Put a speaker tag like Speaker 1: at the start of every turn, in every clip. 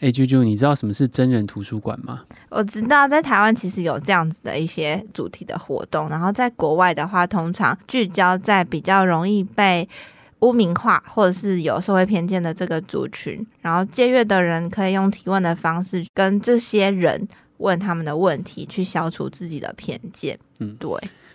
Speaker 1: 哎，啾啾，你知道什么是真人图书馆吗？
Speaker 2: 我知道在台湾其实有这样子的一些主题的活动，然后在国外的话，通常聚焦在比较容易被污名化或者是有社会偏见的这个族群，然后借阅的人可以用提问的方式跟这些人问他们的问题，去消除自己的偏见。
Speaker 1: 嗯
Speaker 2: 对，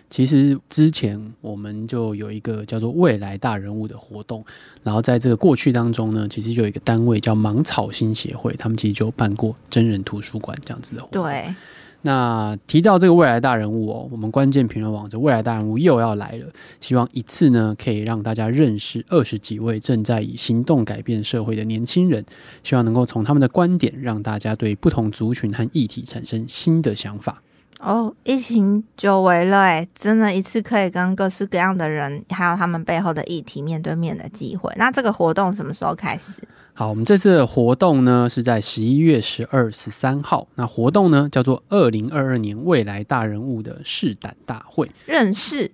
Speaker 1: 其实之前我们就有一个叫做“未来大人物”的活动，然后在这个过去当中呢，其实就有一个单位叫芒草新协会，他们其实就有办过真人图书馆这样子的活动。
Speaker 2: 对，
Speaker 1: 那提到这个未来大人物哦，我们关键评论网这未来大人物又要来了，希望一次呢可以让大家认识二十几位正在以行动改变社会的年轻人，希望能够从他们的观点，让大家对不同族群和议题产生新的想法。
Speaker 2: 哦，疫情久违了哎，真的一次可以跟各式各样的人，还有他们背后的议题面对面的机会。那这个活动什么时候开始？
Speaker 1: 好，我们这次的活动呢是在十一月十二、十三号，那活动呢叫做“二零二二年未来大人物的试胆大会”。
Speaker 2: 认识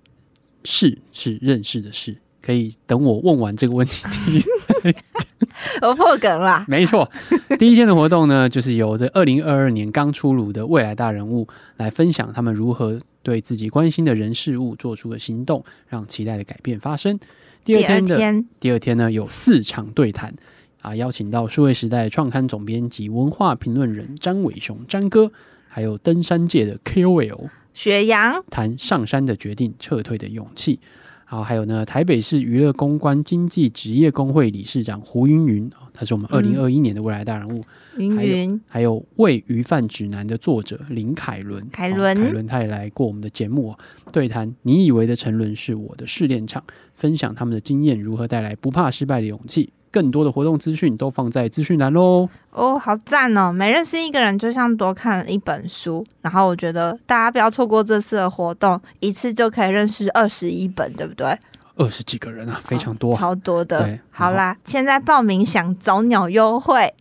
Speaker 1: 是是认识的是，可以等我问完这个问题。
Speaker 2: 我破梗啦，
Speaker 1: 没 错，第一天的活动呢，就是由这二零二二年刚出炉的未来大人物来分享他们如何对自己关心的人事物做出的行动，让期待的改变发生。第二天的第二天呢，有四场对谈啊，邀请到数位时代创刊总编辑、文化评论人詹伟雄詹哥，还有登山界的 KOL
Speaker 2: 雪阳
Speaker 1: 谈上山的决定、撤退的勇气。好，还有呢，台北市娱乐公关经济职业工会理事长胡云云，哦他是我们二
Speaker 2: 嗯
Speaker 1: 零二一年的未来大人物，
Speaker 2: 云
Speaker 1: 还有
Speaker 2: 云，
Speaker 1: 还有《喂鱼贩指南》的作者林凯伦，
Speaker 2: 凯
Speaker 1: 哦
Speaker 2: 伦
Speaker 1: 凯伦他也来过我们的节目、哦，对谈“你以为的沉沦是我的试炼场”，分享他们的经验如何带来不怕失败的勇气。更多的活动资讯都放在资讯栏喽。
Speaker 2: 哦，好赞哦！每认识一个人，就像多看了一本书。然后我觉得大家不要错过这次的活动，一次就可以认识二十一本，对不对？
Speaker 1: 二十几个人啊，非常多、啊。
Speaker 2: 超多的
Speaker 1: 对。
Speaker 2: 好啦，现在报名享早鸟优惠。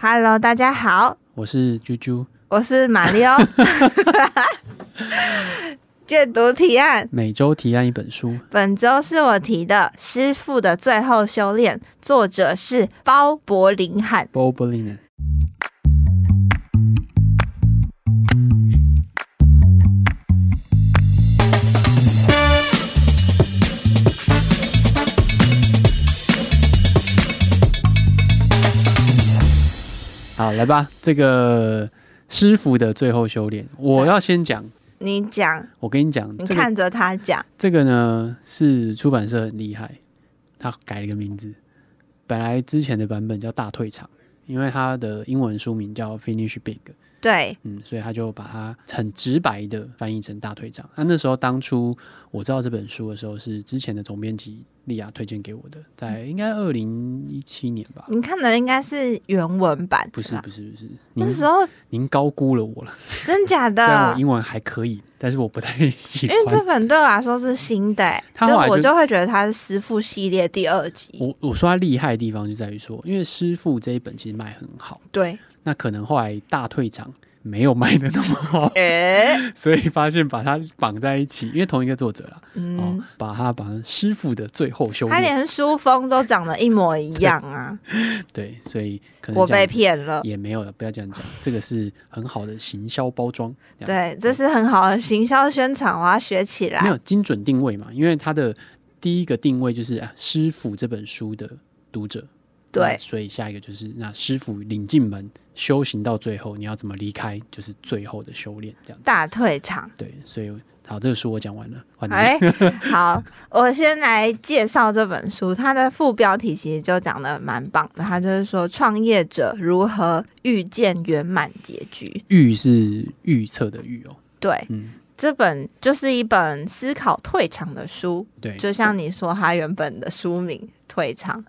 Speaker 2: Hello，大家好，
Speaker 1: 我是啾啾，
Speaker 2: 我是马里奥。 阅读提案，
Speaker 1: 每周提案一本书。
Speaker 2: 本周是我提的《师傅的最后修炼》，作者是包伯林汉。
Speaker 1: Bob b l i n 好，来吧，这个师傅的最后修炼，我要先讲。
Speaker 2: 你讲，
Speaker 1: 我跟你讲，
Speaker 2: 你
Speaker 1: 这个
Speaker 2: 看着他讲，
Speaker 1: 这个呢是出版社很厉害，他改了一个名字。本来之前的版本叫大退场，因为它的英文书名叫 Finish Big，
Speaker 2: 对，
Speaker 1: 嗯，所以他就把它很直白的翻译成大退场。那那时候当初我知道这本书的时候，是之前的总编辑莉亚推荐给我的，在应该二零一七年吧？
Speaker 2: 你看的应该是原文版，
Speaker 1: 不是
Speaker 2: 吧
Speaker 1: 不是不是，
Speaker 2: 那
Speaker 1: 您
Speaker 2: 时候
Speaker 1: 您高估了我了。
Speaker 2: 真假
Speaker 1: 虽然
Speaker 2: 的
Speaker 1: 我，英文还可以，但是我不太喜
Speaker 2: 因为这
Speaker 1: 欢。
Speaker 2: 本对我来说是新的、欸，
Speaker 1: 他后来就
Speaker 2: 我就会觉得它是师傅系列第二集。
Speaker 1: 我我说它厉害的地方就在于说，因为师傅这一本其实卖很好，
Speaker 2: 对，
Speaker 1: 那可能后来大退场没有卖的那么好，
Speaker 2: 诶、
Speaker 1: 所以发现把它绑在一起，因为同一个作者啦，
Speaker 2: 嗯
Speaker 1: 哦，，把它绑成师傅的最后修
Speaker 2: 他
Speaker 1: 炼，
Speaker 2: 连书封都长得一模一样啊，
Speaker 1: 对，所以可能
Speaker 2: 我
Speaker 1: 这样
Speaker 2: 被
Speaker 1: 子
Speaker 2: 骗了。
Speaker 1: 也没有了，不要这样讲，这个是很好的行销包 装，这样
Speaker 2: 对，这是很好的行销宣传，我要学起
Speaker 1: 没
Speaker 2: 来。
Speaker 1: 有精准定位嘛，因为它的第一个定位就是、啊、师傅这本书的读者，
Speaker 2: 对
Speaker 1: 那，所以下一个就是那师傅领进门，修行到最后，你要怎么离开，就是最后的修炼这样子。
Speaker 2: 大退场。
Speaker 1: 对，所以好，这个书我讲完了，啊换你。
Speaker 2: 哎，好，我先来介绍这本书，它的副标题其实就讲的蛮棒的，它就是说创业者如何遇见圆满结局。
Speaker 1: 预是预测的预哦，
Speaker 2: 对，
Speaker 1: 嗯，
Speaker 2: 这本就是一本思考退场的书，
Speaker 1: 对，
Speaker 2: 就像你说它原本的书名《退场》。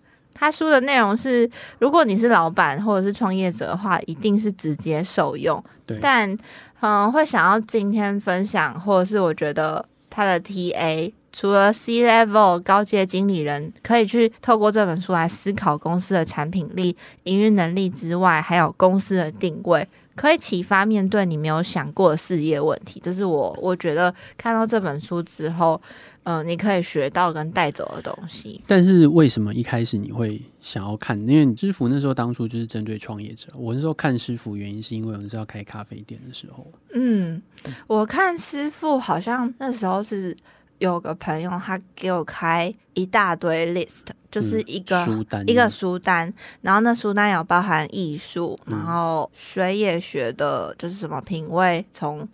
Speaker 2: 它书的内容是，如果你是老板或者是创业者的话，一定是直接受用。
Speaker 1: 对
Speaker 2: 但嗯，会想要今天分享，或者是我觉得他的 TA 除了 C level 高阶经理人可以去透过这本书来思考公司的产品力、营运能力之外，还有公司的定位可以启发面对你没有想过的事业问题。这是我我觉得看到这本书之后，嗯、你可以学到跟带走的东西。
Speaker 1: 但是为什么一开始你会想要看？因为你知府那时候当初就是针对创业者，我那时候看师傅原因是因为我那时候要开咖啡店的时候，
Speaker 2: 嗯，我看师傅好像那时候是有个朋友，他给我开一大堆 list，就是
Speaker 1: 嗯
Speaker 2: 一个、
Speaker 1: 书单
Speaker 2: 一个书单，然后那书单有包含艺术，
Speaker 1: 嗯
Speaker 2: 然后学也学的，就是什么品味从。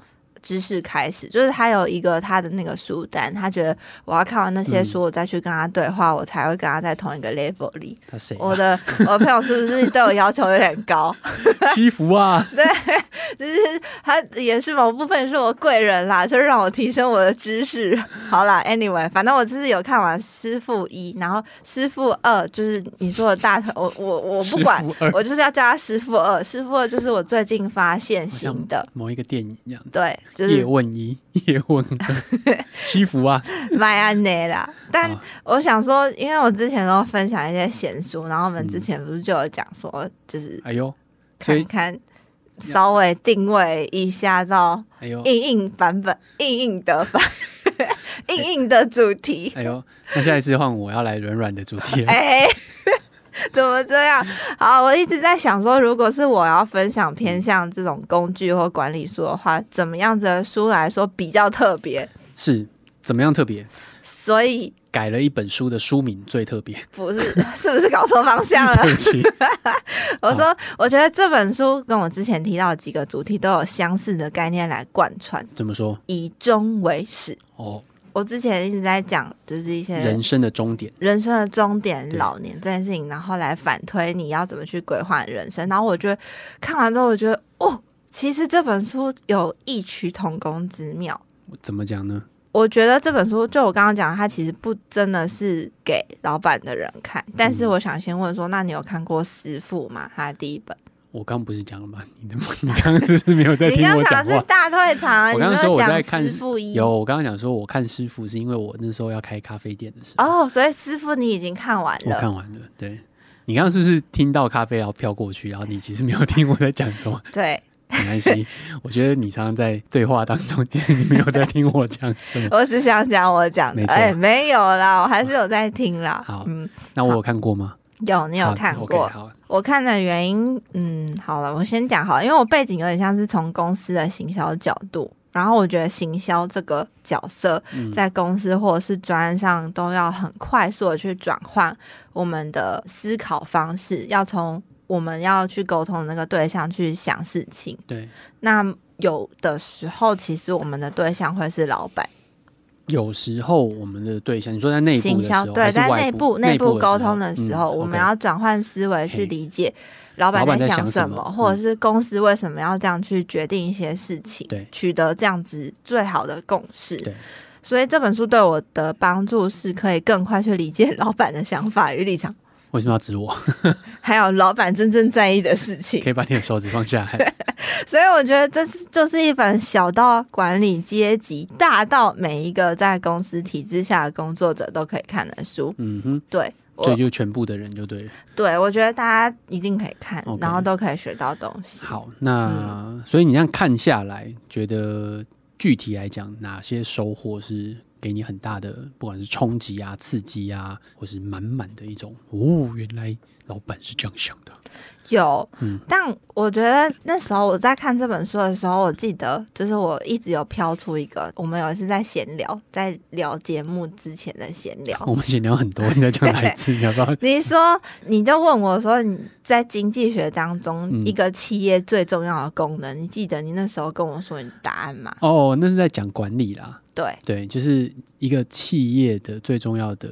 Speaker 2: 知识开始，就是他有一个他的那个书单，他觉得我要看完那些书，
Speaker 1: 嗯
Speaker 2: 我再去跟他对话，我才会跟他在同一个 level 里。
Speaker 1: 他谁、
Speaker 2: 我
Speaker 1: 啊？
Speaker 2: 的我的朋友是不是对我要求有点高？
Speaker 1: 西服啊，
Speaker 2: 就是他也是某部分是我贵人啦， 就是让我提升我的知识。 好啦 a n y w a y 反正我就是有看完《师傅一》，然后《师傅二》就是你说的大头，我我我 不管
Speaker 1: 师，傅二啊
Speaker 2: 我就是要叫他《师傅二》。《师傅二》就是我最近发现新的，
Speaker 1: 某一个电影这样子。
Speaker 2: 对，就
Speaker 1: 叶
Speaker 2: 是
Speaker 1: 问一， 叶问 二，西服啊，
Speaker 2: 麦安内啦。但
Speaker 1: 啊
Speaker 2: 我想说，因为我之前都分享一些闲书，然后我们之前不是就有讲说，就是
Speaker 1: 哎呦，所
Speaker 2: 看
Speaker 1: 以
Speaker 2: 看稍微定位一下到
Speaker 1: 哎呦，
Speaker 2: 硬硬版本，硬硬的版，硬硬的主题。
Speaker 1: 哎呦，那下一次换我要来软软的主题了。
Speaker 2: 哎、 怎么这样？好，我一直在想说，如果是我要分享偏向这种工具或管理书的话，怎么样子的书来说比较特别？
Speaker 1: 是怎么样特别？
Speaker 2: 所以
Speaker 1: 改了一本书的书名最特 别，
Speaker 2: 不是，是不是搞错方向了
Speaker 1: 对？不起，
Speaker 2: 我说，我觉得这本书跟我之前提到的几个主题都有相似的概念来贯穿，
Speaker 1: 怎么说？
Speaker 2: 以终为始。
Speaker 1: 哦，
Speaker 2: 我之前一直在讲，就是一些
Speaker 1: 人生的终点，
Speaker 2: 人生的终点、
Speaker 1: 对
Speaker 2: 老年这件事情，然后来反推你要怎么去规划人生。然后我觉得看完之后，我觉得哦，其实这本书有异曲同工之妙。
Speaker 1: 怎么讲呢？
Speaker 2: 我觉得这本书，就我刚刚讲的，它其实不真的是给老板的人看。但
Speaker 1: 嗯
Speaker 2: 是我想先问说，那你有看过《师傅》吗？他的第一本？
Speaker 1: 我刚不是讲了吗？ 你的你刚刚是不是没有在
Speaker 2: 你
Speaker 1: 听
Speaker 2: 刚
Speaker 1: 我
Speaker 2: 刚
Speaker 1: 讲
Speaker 2: 讲的是
Speaker 1: 话？
Speaker 2: 大退场啊，
Speaker 1: 我
Speaker 2: 你
Speaker 1: 刚
Speaker 2: 没
Speaker 1: 刚说
Speaker 2: 有
Speaker 1: 我
Speaker 2: 讲
Speaker 1: 在
Speaker 2: 《
Speaker 1: 看
Speaker 2: 师傅一》
Speaker 1: 有，。我刚刚讲说我看师傅是因为我那时候要开咖啡店的时候，
Speaker 2: 哦，所以《师傅》你已经看完
Speaker 1: 我
Speaker 2: 了，
Speaker 1: 看完了。对你刚刚是不是听到咖啡然后飘过去，然后你其实没有听我在讲什 么？
Speaker 2: 对。
Speaker 1: 没关系，我觉得你常常在对话当中，其实你没有在听我讲什 么。
Speaker 2: 我只想讲我讲的
Speaker 1: 没，错
Speaker 2: 哎、没有啦，我还是有在听啦。
Speaker 1: 好
Speaker 2: 嗯，
Speaker 1: 那我有看过吗？
Speaker 2: 有你有
Speaker 1: 好
Speaker 2: 看
Speaker 1: ，OK，
Speaker 2: 过？
Speaker 1: 好，
Speaker 2: 我看的原因，嗯，好了，我先讲好了，因为我背景有点像是从公司的行销角度，然后我觉得行销这个角色
Speaker 1: 嗯
Speaker 2: 在公司或者是专案上都要很快速的去转换我们的思考方式，要从我们要去沟通的那个对象去想事情。
Speaker 1: 对，
Speaker 2: 那有的时候，其实我们的对象会是老板。
Speaker 1: 有时候我们的对象，你说在内部
Speaker 2: 行
Speaker 1: 的时
Speaker 2: 销
Speaker 1: 候，
Speaker 2: 对，
Speaker 1: 还是
Speaker 2: 在
Speaker 1: 外
Speaker 2: 内部内
Speaker 1: 部
Speaker 2: 部沟通的时候，
Speaker 1: 嗯
Speaker 2: 我们
Speaker 1: OK
Speaker 2: 要转换思维
Speaker 1: 嘿
Speaker 2: 去理解老
Speaker 1: 老
Speaker 2: 板
Speaker 1: 板在
Speaker 2: 想
Speaker 1: 想什
Speaker 2: 么，
Speaker 1: 么
Speaker 2: 或者
Speaker 1: 嗯
Speaker 2: 是公司为什么要这样去决定一些事情，
Speaker 1: 对
Speaker 2: 取得这样子最好的共识
Speaker 1: 对。
Speaker 2: 所以这本书对我的帮助是可以更快去理解老板的想法与立场，
Speaker 1: 为什么要指我？
Speaker 2: 还有老板真正在意的事情
Speaker 1: 可。以把你的手指放下来。
Speaker 2: 所以我觉得这是就是一本小到管理阶级，大到每一个在公司体制下的工作者都可以看的书。
Speaker 1: 嗯哼，
Speaker 2: 对。我
Speaker 1: 所以就全部的人就对了。
Speaker 2: 对，我觉得大家一定可以看
Speaker 1: OK
Speaker 2: 然后都可以学到东西。
Speaker 1: 好，那、所以你这样看下来，觉得具体来讲，哪些收获是给你很大的，不管是冲击啊、刺激啊，或是满满的一种哦，原来老板是这样想 的。
Speaker 2: 有，
Speaker 1: 嗯
Speaker 2: 但我觉得那时候我在看这本书的时候，我记得就是我一直有飘出一个，我们有一次在闲聊，在聊节目之前的闲聊，
Speaker 1: 我们闲聊很多，你再讲来一次，你要不 要？
Speaker 2: 你说你就问我说你在经济学当中
Speaker 1: 嗯
Speaker 2: 一个企业最重要的功能，你记得你那时候跟我说你的答案吗？
Speaker 1: 哦，那是在讲管理啦。
Speaker 2: 对
Speaker 1: 对，就是一个企业的最重要的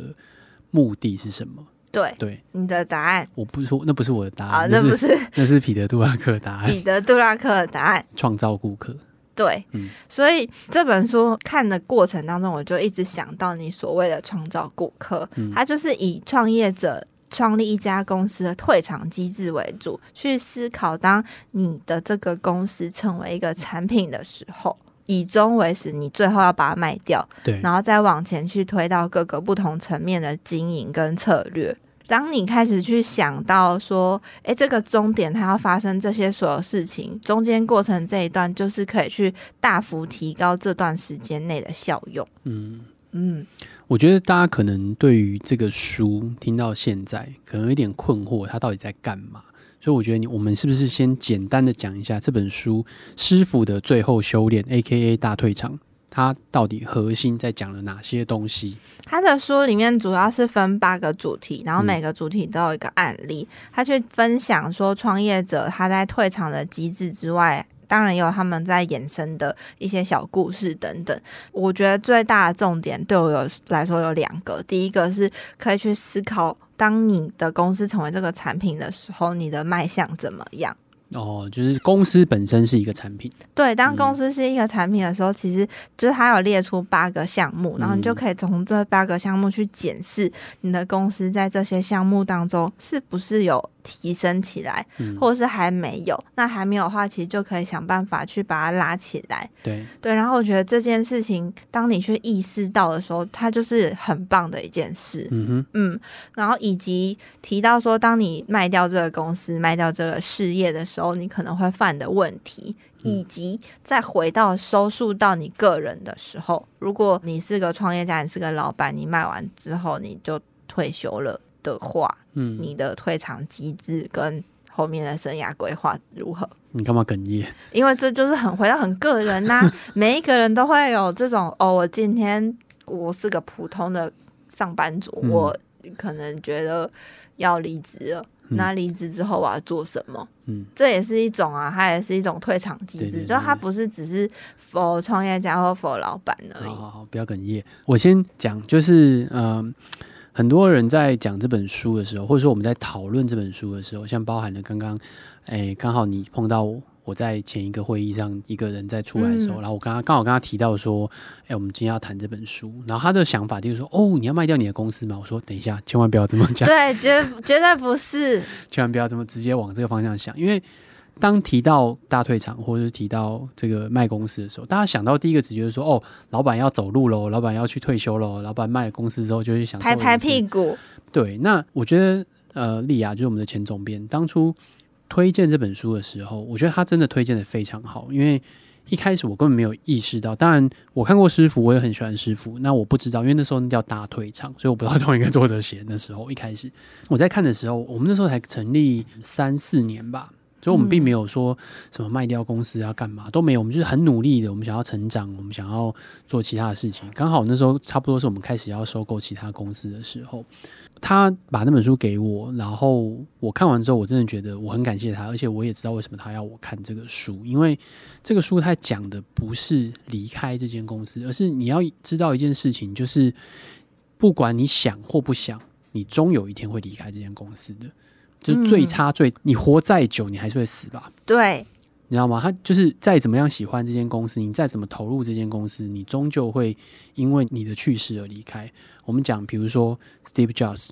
Speaker 1: 目的是什么？
Speaker 2: 对，
Speaker 1: 对，
Speaker 2: 你的答案
Speaker 1: 我不是说那不是我的答
Speaker 2: 啊，
Speaker 1: 案，
Speaker 2: 那不
Speaker 1: 是哎嗯
Speaker 2: 是
Speaker 1: 那是彼得杜拉克的 答案
Speaker 2: 彼，得杜拉克的答案。
Speaker 1: 创造顾客。
Speaker 2: 对，
Speaker 1: 嗯
Speaker 2: 所以这本书看的过程当中，我就一直想到你所谓的创造顾客，
Speaker 1: 嗯
Speaker 2: 它就是以创业者。创立一家公司的退场机制为主，去思考当你的这个公司成为一个产品的时候，以终为始，你最后要把它卖掉，
Speaker 1: 对，
Speaker 2: 然后再往前去推到各个不同层面的经营跟策略。当你开始去想到说，诶，这个终点它要发生这些所有事情，中间过程这一段就是可以去大幅提高这段时间内的效用。
Speaker 1: 嗯，
Speaker 2: 嗯，
Speaker 1: 我觉得大家可能对于这个书听到现在，可能有一点困惑，它到底在干嘛？所以我觉得你我们是不是先简单的讲一下这本书《师傅的最后修炼》（A.K.A. 大退场）它到底核心在讲了哪些东西？
Speaker 2: 它的书里面主要是分八个主题，然后
Speaker 1: 嗯
Speaker 2: 每个主题都有一个案例，他去分享说创业者他在退场的机制之外。当然也有他们在衍生的一些小故事等等。我觉得最大的重点对我有来说有两个，第一个是可以去思考，当你的公司成为这个产品的时候，你的卖相怎么样。
Speaker 1: 哦，就是公司本身是一个产品。
Speaker 2: 对，当
Speaker 1: 嗯
Speaker 2: 公司是一个产品的时候，其实就是它有列出八个项目，然后你就
Speaker 1: 嗯
Speaker 2: 可以从这八个项目去检视你的公司在这些项目当中是不是有提升起来，
Speaker 1: 嗯，
Speaker 2: 或者是还没有。那还没有的话，其实就可以想办法去把它拉起来。
Speaker 1: 对，
Speaker 2: 对，然后我觉得这件事情，当你去意识到的时候，它就是很棒的一件事。
Speaker 1: 嗯哼，
Speaker 2: 嗯，然后以及提到说，当你卖掉这个公司、卖掉这个事业的时候，你可能会犯的问题，以及再回到收束到你个人的时候，如果你是个创业家，你是个老板，你卖完之后你就退休了的话，
Speaker 1: 嗯，
Speaker 2: 你的退场机制跟后面的生涯规划如何？
Speaker 1: 你干嘛哽咽？
Speaker 2: 因为这就是很回到很个人 呐、每一个人都会有这种哦，我今天我是个普通的上班族，
Speaker 1: 嗯
Speaker 2: 我可能觉得要离职了。
Speaker 1: 嗯
Speaker 2: 那离职之后我要做什么？
Speaker 1: 嗯，
Speaker 2: 这也是一种啊，它也是一种退场机制，
Speaker 1: 对对对
Speaker 2: 就它不是只是 for 创业家或 for 老板
Speaker 1: 好
Speaker 2: 而已。
Speaker 1: 好好，不要哽咽。我先讲，就是嗯、很多人在讲这本书的时候，或者说我们在讨论这本书的时候，像包含了刚刚，哎，刚好你碰到我。我在前一个会议上，一个人在出来的时候，
Speaker 2: 嗯
Speaker 1: 然后我刚刚刚好跟他提到说，哎、我们今天要谈这本书，然后他的想法就是说，哦，你要卖掉你的公司吗？我说，等一下，千万不要这么讲，
Speaker 2: 对，绝绝对不 是。
Speaker 1: 千万不要这么直接往这个方向想，因为当提到大退场或者是提到这个卖公司的时候，大家想到第一个直觉是说，哦，老板要走路喽，老板要去退休喽，老板卖了公司之后就会想
Speaker 2: 拍拍屁股，
Speaker 1: 对，那我觉得呃，莉亚就是我们的前总编，当初推荐这本书的时候，我觉得他真的推荐的非常好，因为一开始我根本没有意识到，当然我看过师傅，我也很喜欢师傅，那我不知道，因为那时候那叫大退场，所以我不知道 同一个作者写。那时候一开始我在看的时候，我们那时候才成立三四年吧。所以我们并没有说什么卖掉公司啊要干嘛、都没有，我们就是很努力的，我们想要成长，我们想要做其他的事情。刚好那时候差不多是我们开始要收购其他公司的时候，他把那本书给我，然后我看完之后，我真的觉得我很感谢他，而且我也知道为什么他要我看这个书，因为这个书他讲的不是离开这间公司，而是你要知道一件事情，就是不管你想或不想，你终有一天会离开这间公司的。就是最
Speaker 2: 嗯
Speaker 1: 差最，你活再久，你还是会死吧？
Speaker 2: 对，
Speaker 1: 你知道吗？他就是再怎么样喜欢这间公司，你再怎么投入这间公司，你终究会因为你的去世而离开。我们讲，比如说 Steve Jobs，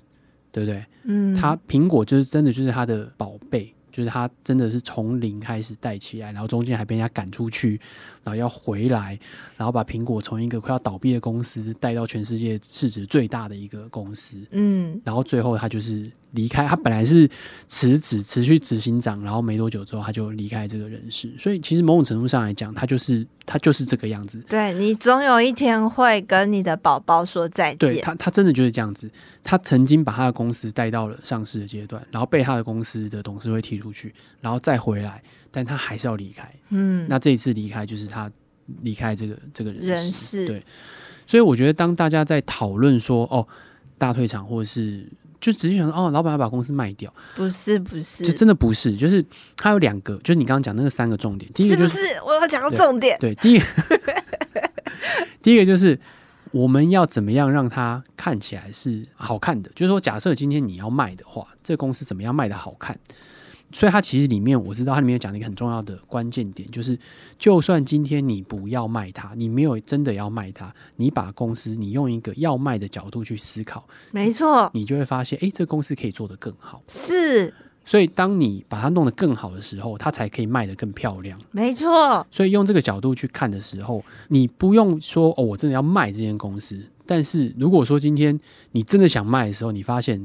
Speaker 1: 对不对？
Speaker 2: 嗯，
Speaker 1: 他苹果就是真的就是他的宝贝，就是他真的是从零开始带起来，然后中间还被人家赶出去，然后要回来，然后把苹果从一个快要倒闭的公司带到全世界市值最大的一个公司。
Speaker 2: 嗯，
Speaker 1: 然后最后他就是离开，他本来是辞职辞去执行长，然后没多久之后他就离开这个人世，所以其实某种程度上来讲，他就是他就是这个样子，
Speaker 2: 对你总有一天会跟你的宝宝说再
Speaker 1: 对
Speaker 2: 见。
Speaker 1: 他他真的就是这样子，他曾经把他的公司带到了上市的阶段，然后被他的公司的董事会踢出去，然后再回来，但他还是要离开，
Speaker 2: 嗯，
Speaker 1: 那这一次离开就是他离开这个这个人世
Speaker 2: 人世
Speaker 1: 对，所以我觉得当大家在讨论说哦大退场或者是就只是想说哦老板要把公司卖掉。
Speaker 2: 不是不是，
Speaker 1: 就真的不是，就是它有两个，就是你刚刚讲那个三个重点。第一个
Speaker 2: 是
Speaker 1: 就
Speaker 2: 不
Speaker 1: 是
Speaker 2: 是？我要讲到重点。
Speaker 1: 对，第一个， 第一个就是我们要怎么样让它看起来是好看的。就是说，假设今天你要卖的话，这个公司怎么样卖的好看？所以它其实里面我知道它里面有讲了一个很重要的关键点，就是就算今天你不要卖它，你没有真的要卖它，你把公司你用一个要卖的角度去思考，
Speaker 2: 没错，
Speaker 1: 你就会发现，诶，这个公司可以做得更好。
Speaker 2: 是
Speaker 1: 所以，当你把它弄得更好的时候，它才可以卖得更漂亮。
Speaker 2: 没错，
Speaker 1: 所以，用这个角度去看的时候，你不用说哦，我真的要卖这间公司。但是，如果说今天你真的想卖的时候，你发现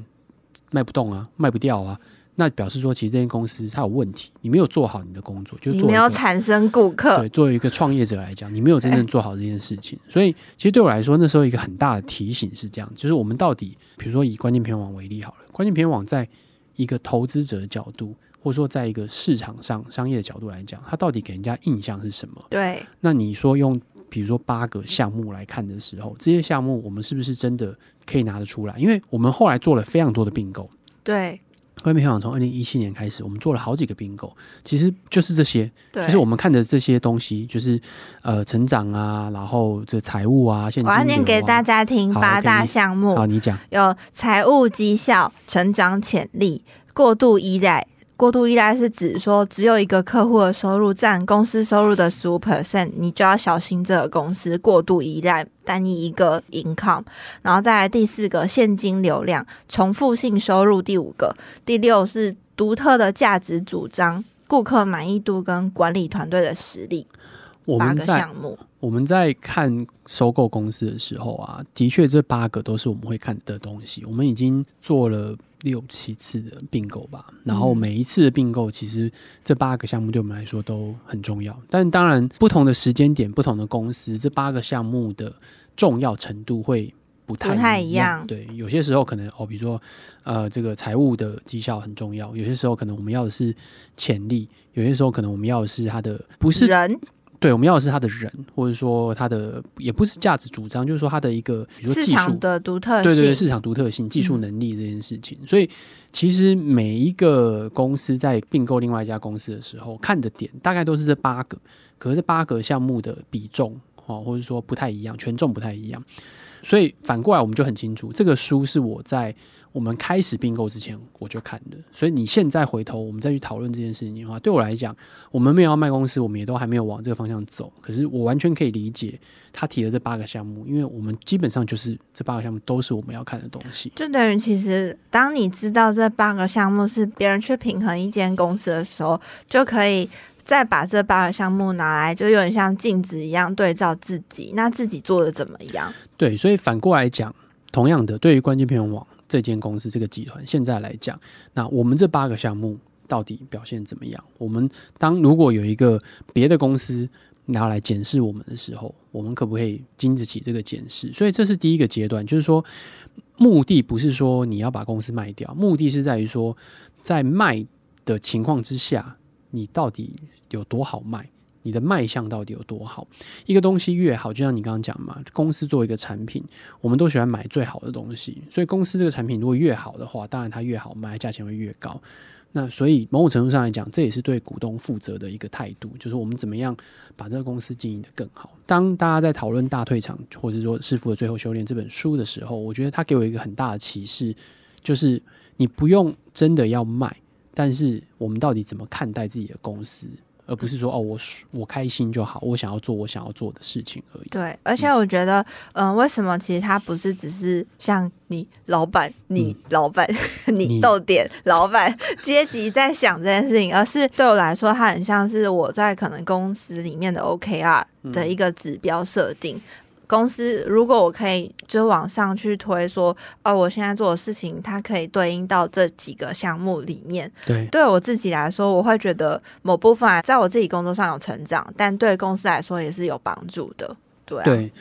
Speaker 1: 卖不动啊，卖不掉啊，那表示说其实这间公司它有问题，你没有做好你的工作，就
Speaker 2: 你
Speaker 1: 做
Speaker 2: 没有
Speaker 1: 一个
Speaker 2: 产生顾客
Speaker 1: 对，，作为一个创业者来讲，你没有真正做好这件事情，所以其实对我来说，那时候一个很大的提醒是这样，就是我们到底，比如说以关键片网为例好了，关键片网在一个投资者的角度，或者说在一个市场上商业的角度来讲，它到底给人家印象是什么？
Speaker 2: 对
Speaker 1: 那你说用比如说八个项目来看的时候，这些项目我们是不是真的可以拿得出来？因为我们后来做了非常多的并购，
Speaker 2: 对
Speaker 1: 关键片网从二零一七年开始，我们做了好几个并购，其实就是这些。
Speaker 2: 对，
Speaker 1: 就是我们看的这些东西，就是呃成长啊，然后这财务啊，现金、
Speaker 2: 我
Speaker 1: 流
Speaker 2: 要念给大
Speaker 1: 家。
Speaker 2: 家听
Speaker 1: 好
Speaker 2: 八
Speaker 1: ，OK，
Speaker 2: 大
Speaker 1: 你
Speaker 2: 项目。
Speaker 1: 好，你讲。
Speaker 2: 有财务绩效、成长潜力、过度依赖。过度依赖是指说，只有一个客户的收入占公司收入的十五 percent，你就要小心这个公司过度依赖单一一个 income。然后再来第四个，现金流量、重复性收入。第五个，第六是独特的价值主张、顾客满意度跟管理团队的实力。
Speaker 1: 我
Speaker 2: 八
Speaker 1: 们
Speaker 2: 个
Speaker 1: 在
Speaker 2: 项目，
Speaker 1: 我们在看收购公司的时候啊，的确这八个都是我们会看的东西。我们已经做了六七次的并购吧，然后
Speaker 2: 嗯
Speaker 1: 每一次的并购，其实这八个项目对我们来说都很重要。但当然，不同的时间点、不同的公司，这八个项目的重要程度会不太
Speaker 2: 不太
Speaker 1: 一
Speaker 2: 一样
Speaker 1: 对，有些时候可能哦，比如说呃，这个财务的绩效很重要；有些时候可能我们要的是潜力；有些时候可能我们要的是它的不是
Speaker 2: 人
Speaker 1: 对，我们要的是他的人，或者说他的也不是价值主张，就是说他的一个，比如说
Speaker 2: 市
Speaker 1: 技术
Speaker 2: 场，的独特性，嗯
Speaker 1: 对对对，市场独特性、技术能力这件事情。所以其实每一个公司在并购另外一家公司的时候，看的点大概都是这八个，可是这八个项目的比重哦，或者说不太一样，权重不太一样。所以反过来，我们就很清楚，这个书是我在我们开始并购之前我就看的。所以你现在回头我们再去讨论这件事情的话，对我来讲，我们没有要卖公司，我们也都还没有往这个方向走。可是我完全可以理解他提的这八个项目，因为我们基本上就是这八个项目都是我们要看的东西。
Speaker 2: 就等于其实，当你知道这八个项目是别人去平衡一间公司的时候，就可以再把这八个项目拿来，就有点像镜子一样对照自己，那自己做的怎么样？
Speaker 1: 对，所以反过来讲，同样的，对于关键片网这间公司这个集团现在来讲，那我们这八个项目到底表现怎么样？我们当如果有一个别的公司拿来检视我们的时候，我们可不可以经得起这个检视？所以这是第一个阶段，就是说，目的不是说你要把公司卖掉，目的是在于说，在卖的情况之下，你到底有多好卖？你的卖相到底有多好？一个东西越好，就像你刚刚讲嘛，公司做一个产品，我们都喜欢买最好的东西，所以公司这个产品如果越好的话，当然它越好卖，价钱会越高。那所以某种程度上来讲，这也是对股东负责的一个态度，就是我们怎么样把这个公司经营得更好。当大家在讨论《大退场》或者说《呃师傅的最后修炼》这本书的时候，我觉得它给我一个很大的启示，就是你不用真的要卖，但是我们到底怎么看待自己的公司，而不是说哦，我我开心就好，我想要做我想要做的事情而已。
Speaker 2: 对，而且我觉得，嗯、为什么其实它不是只是像你老板、你老板、 你
Speaker 1: 你
Speaker 2: 豆点老板阶级在想这件事情，而是对我来说，它很像是我在可能公司里面的 OKR
Speaker 1: 嗯
Speaker 2: 的一个指标设定。公司如果我可以就往上去推说，哦，我现在做的事情，它可以对应到这几个项目里面，
Speaker 1: 对，
Speaker 2: 对我自己来说，我会觉得某部分啊在我自己工作上有成长，但对公司来说也是有帮助的。对、啊，
Speaker 1: 对，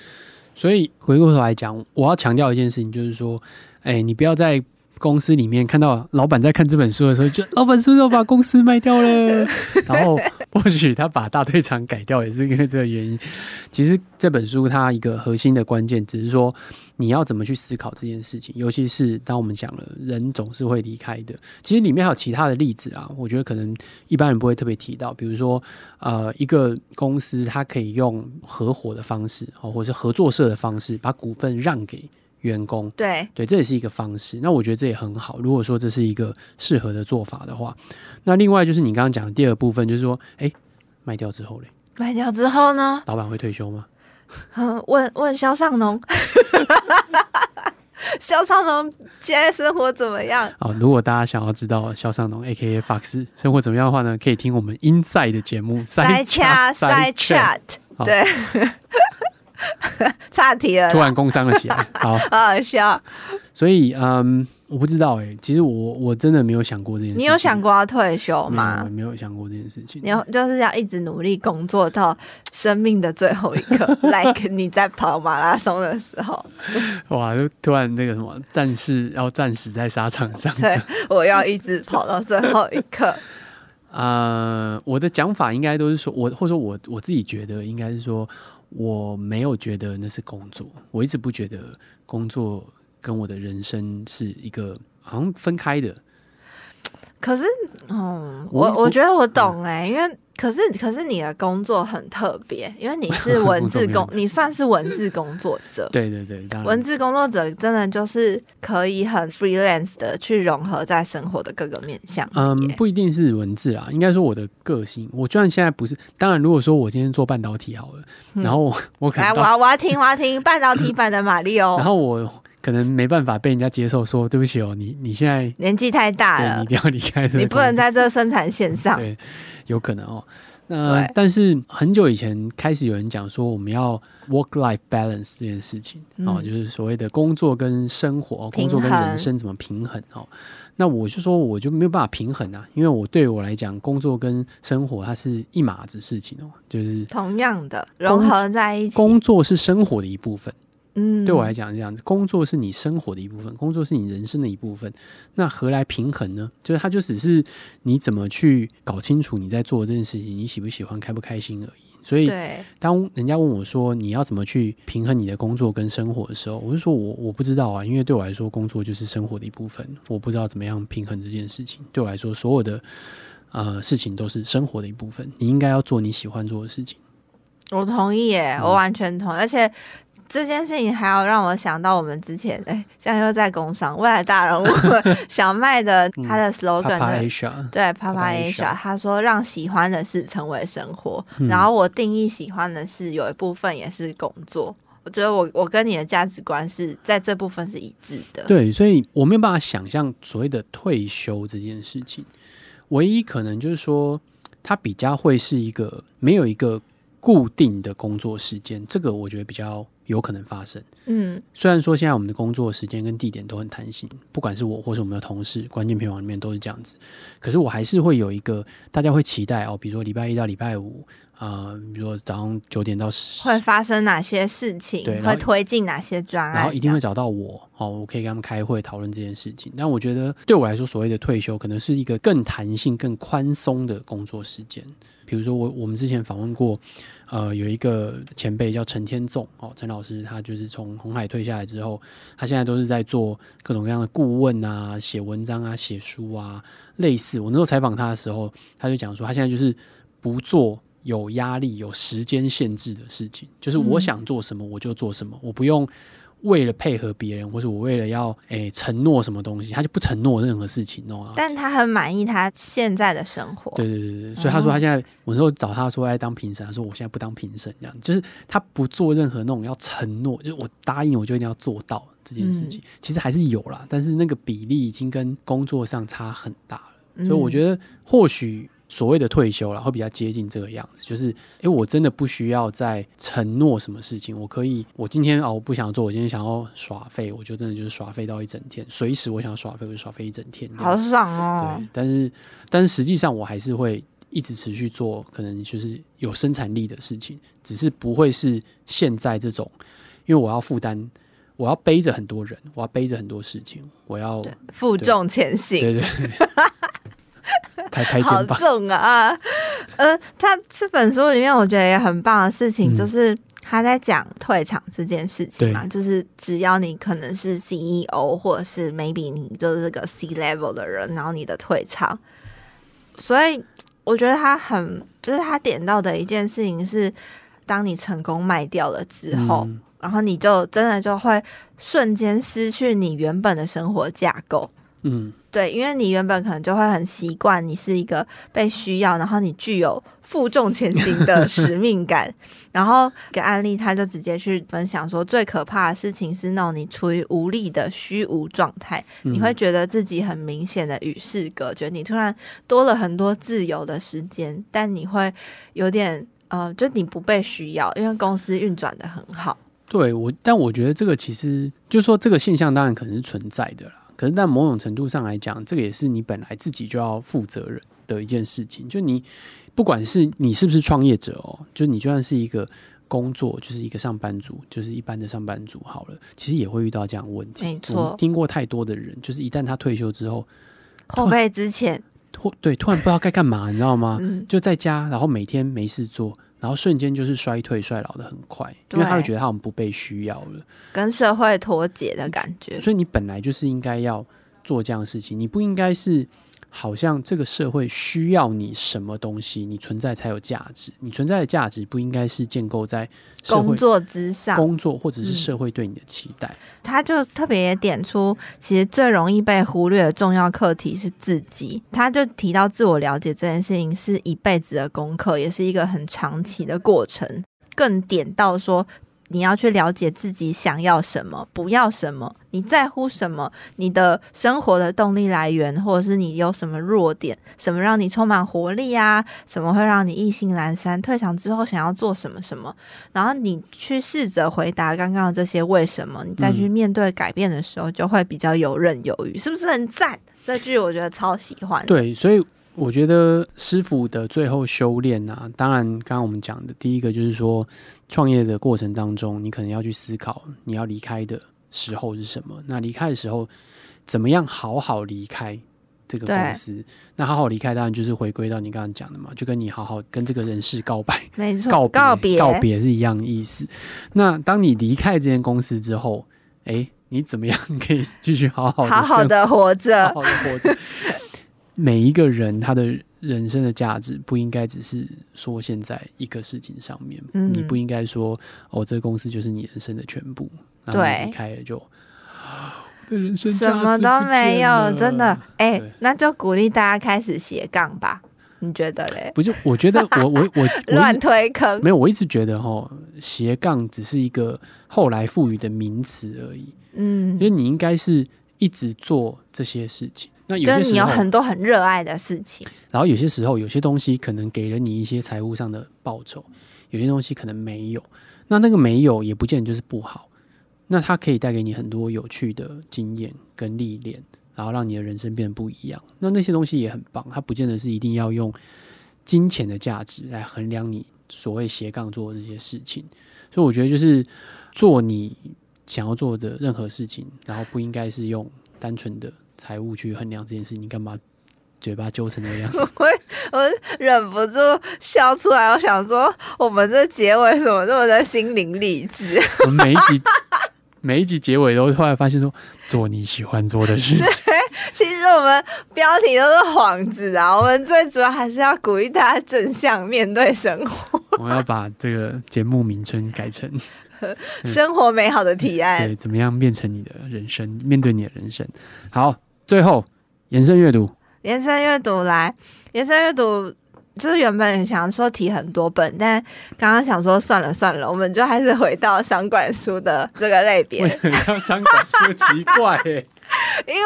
Speaker 1: 所以回过头来讲，我要强调一件事情，就是说，哎，你不要在公司里面看到老板在看这本书的时候，就老板是不是要把公司卖掉 了？然后或许他把大队长改掉，也是因为这个原因。其实这本书它一个核心的关键，只是说你要怎么去思考这件事情，尤其是当我们讲了人总是会离开的，其实里面还有其他的例子啊，我觉得可能一般人不会特别提到，比如说呃，一个公司它可以用合伙的方式，哦，或者是合作社的方式，把股份让给员工。
Speaker 2: 对
Speaker 1: 对，这也是一个方式。那我觉得这也很好。如果说这是一个适合的做法的话，那另外就是你刚刚讲的第二部分，就是说，哎，卖掉之后嘞，
Speaker 2: 卖掉之后呢？
Speaker 1: 老板会退休吗？
Speaker 2: 嗯问问肖尚 农，肖尚农现在生活怎么样？
Speaker 1: 啊、如果大家想要知道肖尚农 （A.K.A. Fox） 生活怎么样的话呢，可以听我们 Inside 的节目
Speaker 2: 塞掐塞
Speaker 1: chat。
Speaker 2: chat，
Speaker 1: 好
Speaker 2: 对， 岔题了
Speaker 1: 突
Speaker 2: 啦，
Speaker 1: 然工伤了起来，好，
Speaker 2: 好好笑。
Speaker 1: 所以，嗯，我不知道哎、其实我我真的没有想过这件事情。
Speaker 2: 你有想过要退休
Speaker 1: 没有
Speaker 2: 吗
Speaker 1: 我？没有想过这件事情。
Speaker 2: 你有就是要一直努力工作到生命的最后一 刻，like 你在跑马拉松的时候，
Speaker 1: 哇，就突然这个什么战士要战死在沙场上。
Speaker 2: 对我要一直跑到最后一 刻。
Speaker 1: 呃，我的讲法应该都是说，我或者说我我自己觉得应该是说，我没有觉得那是工作，我一直不觉得工作跟我的人生是一个好像分开的。
Speaker 2: 可是，嗯，
Speaker 1: 我
Speaker 2: 我
Speaker 1: 我
Speaker 2: 我觉得我懂哎、因为可是可是你的工作很特别，因为你是文字
Speaker 1: 工作
Speaker 2: 工
Speaker 1: 没，
Speaker 2: 你算是文字工作者。
Speaker 1: 对对对，当然
Speaker 2: 文字工作者真的就是可以很 freelance 的去融合在生活的各个面向
Speaker 1: 嗯
Speaker 2: 里耶。，
Speaker 1: 不一定是文字啦，应该说我的个性。我就算现在不是，当然如果说我今天做半导体好了，
Speaker 2: 嗯
Speaker 1: 然后我我可
Speaker 2: 来，
Speaker 1: 能
Speaker 2: 我
Speaker 1: 到，
Speaker 2: 要我要听，我要听半导体版的马 里
Speaker 1: 然
Speaker 2: 奥，
Speaker 1: 后我可能没办法被人家接受说，对不起哦，你你现在
Speaker 2: 年纪太大
Speaker 1: 对你
Speaker 2: 了
Speaker 1: 一，定要离开这个
Speaker 2: 你不能
Speaker 1: 工作
Speaker 2: 在这生产线上。
Speaker 1: 对，有可能哦。那
Speaker 2: 对
Speaker 1: 但是很久以前开始有人讲说，我们要 work life balance 这件事情、哦，
Speaker 2: 嗯
Speaker 1: 就是所谓的工作跟生活、工
Speaker 2: 平
Speaker 1: 作跟人
Speaker 2: 衡
Speaker 1: 生怎么平衡哦。那我就说，我就没有办法平衡啊，因为我对我来讲，工作跟生活它是一码子事情哦，就是
Speaker 2: 同样的
Speaker 1: 工
Speaker 2: 融合在一起，
Speaker 1: 工作是生活的一部分。
Speaker 2: 嗯
Speaker 1: 对我来讲是这样子，工作是你生活的一部分，工作是你人生的一部分，那何来平衡呢？就是它就只是你怎么去搞清楚你在做这件事情，你喜不喜欢，开不开心而已。所以，
Speaker 2: 对，
Speaker 1: 当人家问我说你要怎么去平衡你的工作跟生活的时候，我就说我我不知道啊，因为对我来说，工作就是生活的一部分，我不知道怎么样平衡这件事情。对我来说，所有的呃事情都是生活的一部分，你应该要做你喜欢做的事情。
Speaker 2: 我同意
Speaker 1: 嗯
Speaker 2: 耶，我完全同意，而且。这件事情还要让我想到我们之前，哎，现在又在工商未来大人物小 麦的他的
Speaker 1: 嗯
Speaker 2: slogan
Speaker 1: 啪
Speaker 2: 的、
Speaker 1: Asia，
Speaker 2: 对 Papa
Speaker 1: Papa Asia
Speaker 2: Asia，他说让喜欢的事成为生活，
Speaker 1: 嗯
Speaker 2: 然后我定义喜欢的事有一部分也是工作，我觉得我我跟你的价值观是在这部分是一致的。
Speaker 1: 对，所以我没有办法想象所谓的退休这件事情。唯一可能就是说，它比较会是一个没有一个固定的工作时间，这个我觉得比较有可能发生。
Speaker 2: 嗯，
Speaker 1: 虽然说现在我们的工作时间跟地点都很弹性，不管是我或是我们的同事，关键评网里面都是这样子。可是我还是会有一个大家会期待哦，比如说礼拜一到礼拜五，呃，比如说早上九点到十，
Speaker 2: 会发生哪些事情
Speaker 1: 对？然后
Speaker 2: 会推进哪些专案？
Speaker 1: 然后一定会找到我，哦，我可以跟他们开会讨论这件事情。但我觉得对我来说，所谓的退休可能是一个更弹性、更宽松的工作时间。比如说我我们之前访问过，呃，有一个前辈叫陈天纵哦，陈老师，他就是从红海退下来之后，他现在都是在做各种各样的顾问啊、写文章啊、写书啊，类似。我那时候采访他的时候，他就讲说，他现在就是不做有压力、有时间限制的事情，就是我
Speaker 2: 嗯
Speaker 1: 想做什么我就做什么，我不用为了配合别人，或者我为了要诶、承诺什么东西，他就不承诺任何事情哦、啊。
Speaker 2: 但他很满意他现在的生活。
Speaker 1: 对对对对，所以他说他现在，我那时候找他说来当评审，他说我现在不当评审，这样就是他不做任何那种要承诺，就是我答应我就一定要做到这件事情，其实还是有啦，但是那个比例已经跟工作上差很大了，
Speaker 2: 嗯，
Speaker 1: 所以我觉得或许所谓的退休啦，会比较接近这个样子，就是诶，我真的不需要再承诺什么事情，我可以，我今天啊、我不想做，我今天想要耍废，我就真的就是耍废到一整天，随时我想耍废我就耍废一整天，这样
Speaker 2: 好爽哦
Speaker 1: 对，。但是但是实际上我还是会一直持续做，可能就是有生产力的事情，只是不会是现在这种，因为我要负担，我要背着很多人，我要背着很多事情，我要
Speaker 2: 对，负重前行，
Speaker 1: 对对对 拍拍
Speaker 2: 好
Speaker 1: 肩膀，
Speaker 2: 重啊！呃，他这本书里面我觉得也很棒的事情，
Speaker 1: 嗯
Speaker 2: 就是他在讲退场这件事情嘛，就是只要你可能是 CEO 或者是 maybe 你就是个 C level 的人，然后你的退场，所以我觉得他很就是他点到的一件事情是，当你成功卖掉了之后。
Speaker 1: 嗯
Speaker 2: 然后你就真的就会瞬间失去你原本的生活架构。
Speaker 1: 嗯
Speaker 2: 对，因为你原本可能就会很习惯，你是一个被需要，然后你具有负重前行的使命感。然后一个案例，他就直接去分享说，最可怕的事情是那种你处于无力的虚无状态，
Speaker 1: 嗯
Speaker 2: 你会觉得自己很明显的与世隔绝，你突然多了很多自由的时间，但你会有点呃，就你不被需要，因为公司运转的很好。
Speaker 1: 对我，但我觉得这个其实就是说这个现象当然可能是存在的啦，可是，但某种程度上来讲，这个也是你本来自己就要负责任的一件事情。就你不管是你是不是创业者哦，就你就算是一个工作，就是一个上班族，就是一般的上班族好了，其实也会遇到这样的问题。
Speaker 2: 没
Speaker 1: 我们
Speaker 2: 错，
Speaker 1: 听过太多的人，就是一旦他退休之后，
Speaker 2: 后背之前，
Speaker 1: 突对突然不知道该干嘛，你知道吗？
Speaker 2: 嗯，
Speaker 1: 就在家，然后每天没事做，然后瞬间就是衰退衰老的很快，因为他会
Speaker 2: 对
Speaker 1: 觉得他们不被需要了。
Speaker 2: 跟社会脱节的感觉，
Speaker 1: 所以你本来就是应该要做这样的事情，你不应该是好像这个社会需要你什么东西，你存在才有价值。你存在的价值不应该是建构在社
Speaker 2: 工
Speaker 1: 会
Speaker 2: 作之上，
Speaker 1: 工作或者是
Speaker 2: 嗯
Speaker 1: 社会对你的期待。
Speaker 2: 他就特别也点出，其实最容易被忽略的重要课题是自己。他就提到自我了解这件事情是一辈子的功课，也是一个很长期的过程。更点到说，你要去了解自己想要什么，不要什么，你在乎什么，你的生活的动力来源，或者是你有什么弱点，什么让你充满活力啊，什么会让你意兴阑珊，退场之后想要做什么什么。然后你去试着回答刚刚的这些为什么，你再去面对改变的时候，就会比较游刃有余，是不是很赞？这句我觉得超喜欢。，
Speaker 1: 对，所以我觉得师傅的最后修炼啊，当然，刚刚我们讲的第一个就是说，创业的过程当中，你可能要去思考你要离开的时候是什么。那离开的时候，怎么样好好离开这个
Speaker 2: 对
Speaker 1: 公司？那好好离开，当然就是回归到你刚刚讲的嘛，就跟你好好跟这个人事告白。
Speaker 2: 没错，
Speaker 1: 告
Speaker 2: 告
Speaker 1: 别告别是一样的意思。那当你离开这间公司之后，哎，你怎么样可以继续好好的
Speaker 2: 好好的活着，
Speaker 1: 好好的活着。 每一个人他的人生的价值不应该只是说现在一个事情上面，
Speaker 2: 嗯
Speaker 1: 你不应该说哦，这个公司就是你人生的全部，然后
Speaker 2: 对
Speaker 1: 你离开了就，我的人生价
Speaker 2: 什
Speaker 1: 值
Speaker 2: 么都
Speaker 1: 不见
Speaker 2: 没有
Speaker 1: 了，
Speaker 2: 真的。哎
Speaker 1: 对，
Speaker 2: 那就鼓励大家开始斜杠吧，你觉得嘞？
Speaker 1: 不是？我觉得我我 我我一
Speaker 2: 乱
Speaker 1: 直
Speaker 2: 推坑
Speaker 1: 没，有，我一直觉得哈，斜杠只是一个后来赋予的名词而已，
Speaker 2: 嗯
Speaker 1: 因，为你应该是一直做这些事情。那有
Speaker 2: 就
Speaker 1: 些
Speaker 2: 是你
Speaker 1: 时
Speaker 2: 有
Speaker 1: 候，
Speaker 2: 很多很热爱的事情，
Speaker 1: 然后有些时候，有些东西可能给了你一些财务上的报酬，有些东西可能没有。那那个没有也不见得就是不好，那它可以带给你很多有趣的经验跟历练，然后让你的人生变得不一样。那那些东西也很棒，它不见得是一定要用金钱的价值来衡量你所谓斜杠做的这些事情。所以我觉得就是做你想要做的任何事情，然后不应该是用单纯的财务去衡量这件事情。你干嘛嘴巴揪成那个样子？
Speaker 2: 我忍不住笑出来。我想说，我们这结尾怎么这么的心灵励志？
Speaker 1: 我们每一集每一集结尾都后来发现说，做你喜欢做的事。
Speaker 2: 其实我们标题都是幌子啊，我们最主要还是要鼓励大家正向面对生活，
Speaker 1: 我要把这个节目名称改成嗯
Speaker 2: 生活美好的提案。
Speaker 1: 对，怎么样变成你的人生，面对你的人生。好，最后延伸阅 读，
Speaker 2: 延伸阅读来，延伸阅读就是原本想说提很多本，但刚刚想说算了算了，我们就还是回到商管书的这个类别
Speaker 1: 为，什么要商管书？奇怪、欸，
Speaker 2: 因为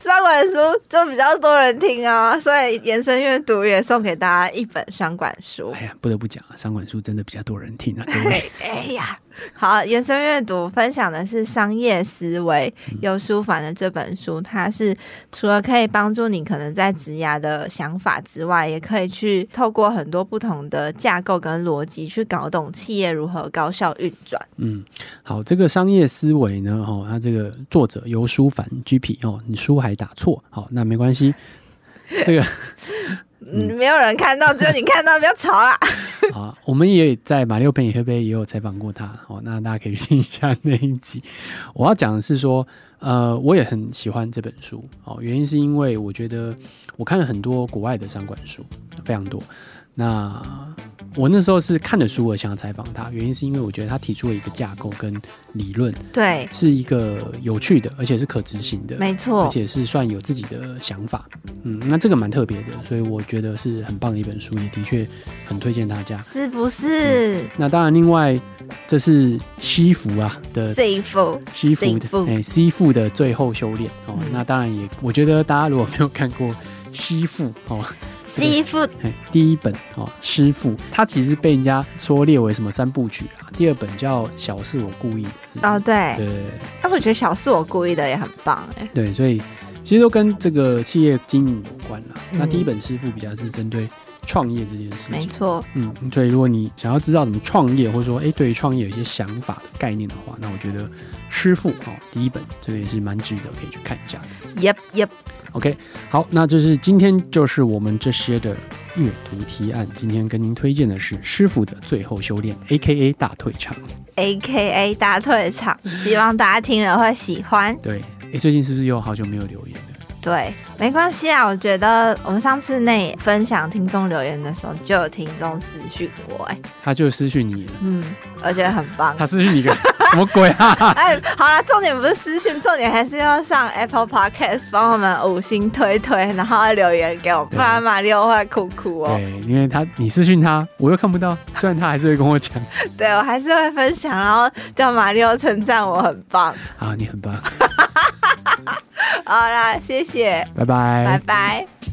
Speaker 2: 商管书就比较多人听啊，所以延伸阅读也送给大家一本商管书。
Speaker 1: 哎呀，不得不讲啊，商管书真的比较多人听啊， 对不 对？
Speaker 2: 哎呀，好，延伸阅读分享的是《商业思维》由书凡的这本书，它是除了可以帮助你可能在职涯的想法之外，也可以去透过很多不同的架构跟逻辑去搞懂企业如何高效运转。
Speaker 1: 嗯，好，这个商业思维呢，哦，它这个作者游书凡 GP 哦，你书还打错，好，那没关系。这个
Speaker 2: 嗯，没有人看到，只有你看到，不要吵 啦。
Speaker 1: 啊，我们也在马六陪你喝杯也有采访过他，哦，那大家可以听一下那一集。 我要讲的是说，呃，我也很喜欢这本书，哦，原因是因为我觉得我看了很多国外的商管书，非常多。那我那时候是看了书，我想要采访他，原因是因为我觉得他提出了一个架构跟理论，
Speaker 2: 对，
Speaker 1: 是一个有趣的，而且是可执行的，
Speaker 2: 没
Speaker 1: 而
Speaker 2: 错，
Speaker 1: 且是算有自己的想法。嗯，那这个蛮特别的，所以我觉得是很棒的一本书，也的确很推荐大家。
Speaker 2: 是不是？
Speaker 1: 那当然，另外这是西服啊的
Speaker 2: 幸福，
Speaker 1: 西服的
Speaker 2: 福，
Speaker 1: 哎西服的最后修炼哦。
Speaker 2: 嗯
Speaker 1: 那当然也，我觉得大家如果没有看过西服哦，
Speaker 2: 西服
Speaker 1: 哎，第一本哦，师傅，他其实被人家说列为什么三部曲啊。第二本叫《小是我故意的》
Speaker 2: 哦，对，
Speaker 1: 对
Speaker 2: 哎，我觉得小四我故意的也很棒哎，
Speaker 1: 对，所以其实都跟这个企业经营有关啦。
Speaker 2: 嗯
Speaker 1: 那第一本师傅比较是针对创业这件事
Speaker 2: 没
Speaker 1: 情，
Speaker 2: 错，
Speaker 1: 嗯，所以如果你想要知道怎么创业，或者说哎对于创业有一些想法的概念的话，那我觉得师傅哦第一本这个也是蛮值得可以去看一下的。
Speaker 2: 耶耶，
Speaker 1: OK，好，那就是今天就是我们这些的阅读提案。今天跟您推荐的是师傅的最后修炼，A.K.A 大退场。
Speaker 2: A K A 大退场，希望大家听了会喜欢。
Speaker 1: 对，哎，最近是不是又好久没有留言了？
Speaker 2: 对，没关系啊，我觉得我们上次那分享听众留言的时候，就有听众私讯我、哎，
Speaker 1: 他就失去你了，
Speaker 2: 嗯，我觉得很棒。
Speaker 1: 他失去你个什么鬼啊？
Speaker 2: 哎，好啦，重点不是私讯，重点还是要上 Apple Podcast 帮我们五星推推，然后留言给我，
Speaker 1: 对
Speaker 2: 不然马里奥会哭哭哦。
Speaker 1: 对，因为他你私讯他，我又看不到，虽然他还是会跟我讲
Speaker 2: 对我还是会分享，然后叫马里奥称赞我很棒。
Speaker 1: 啊，你很棒，
Speaker 2: 好啦，谢谢，
Speaker 1: 拜拜
Speaker 2: 哎拜拜。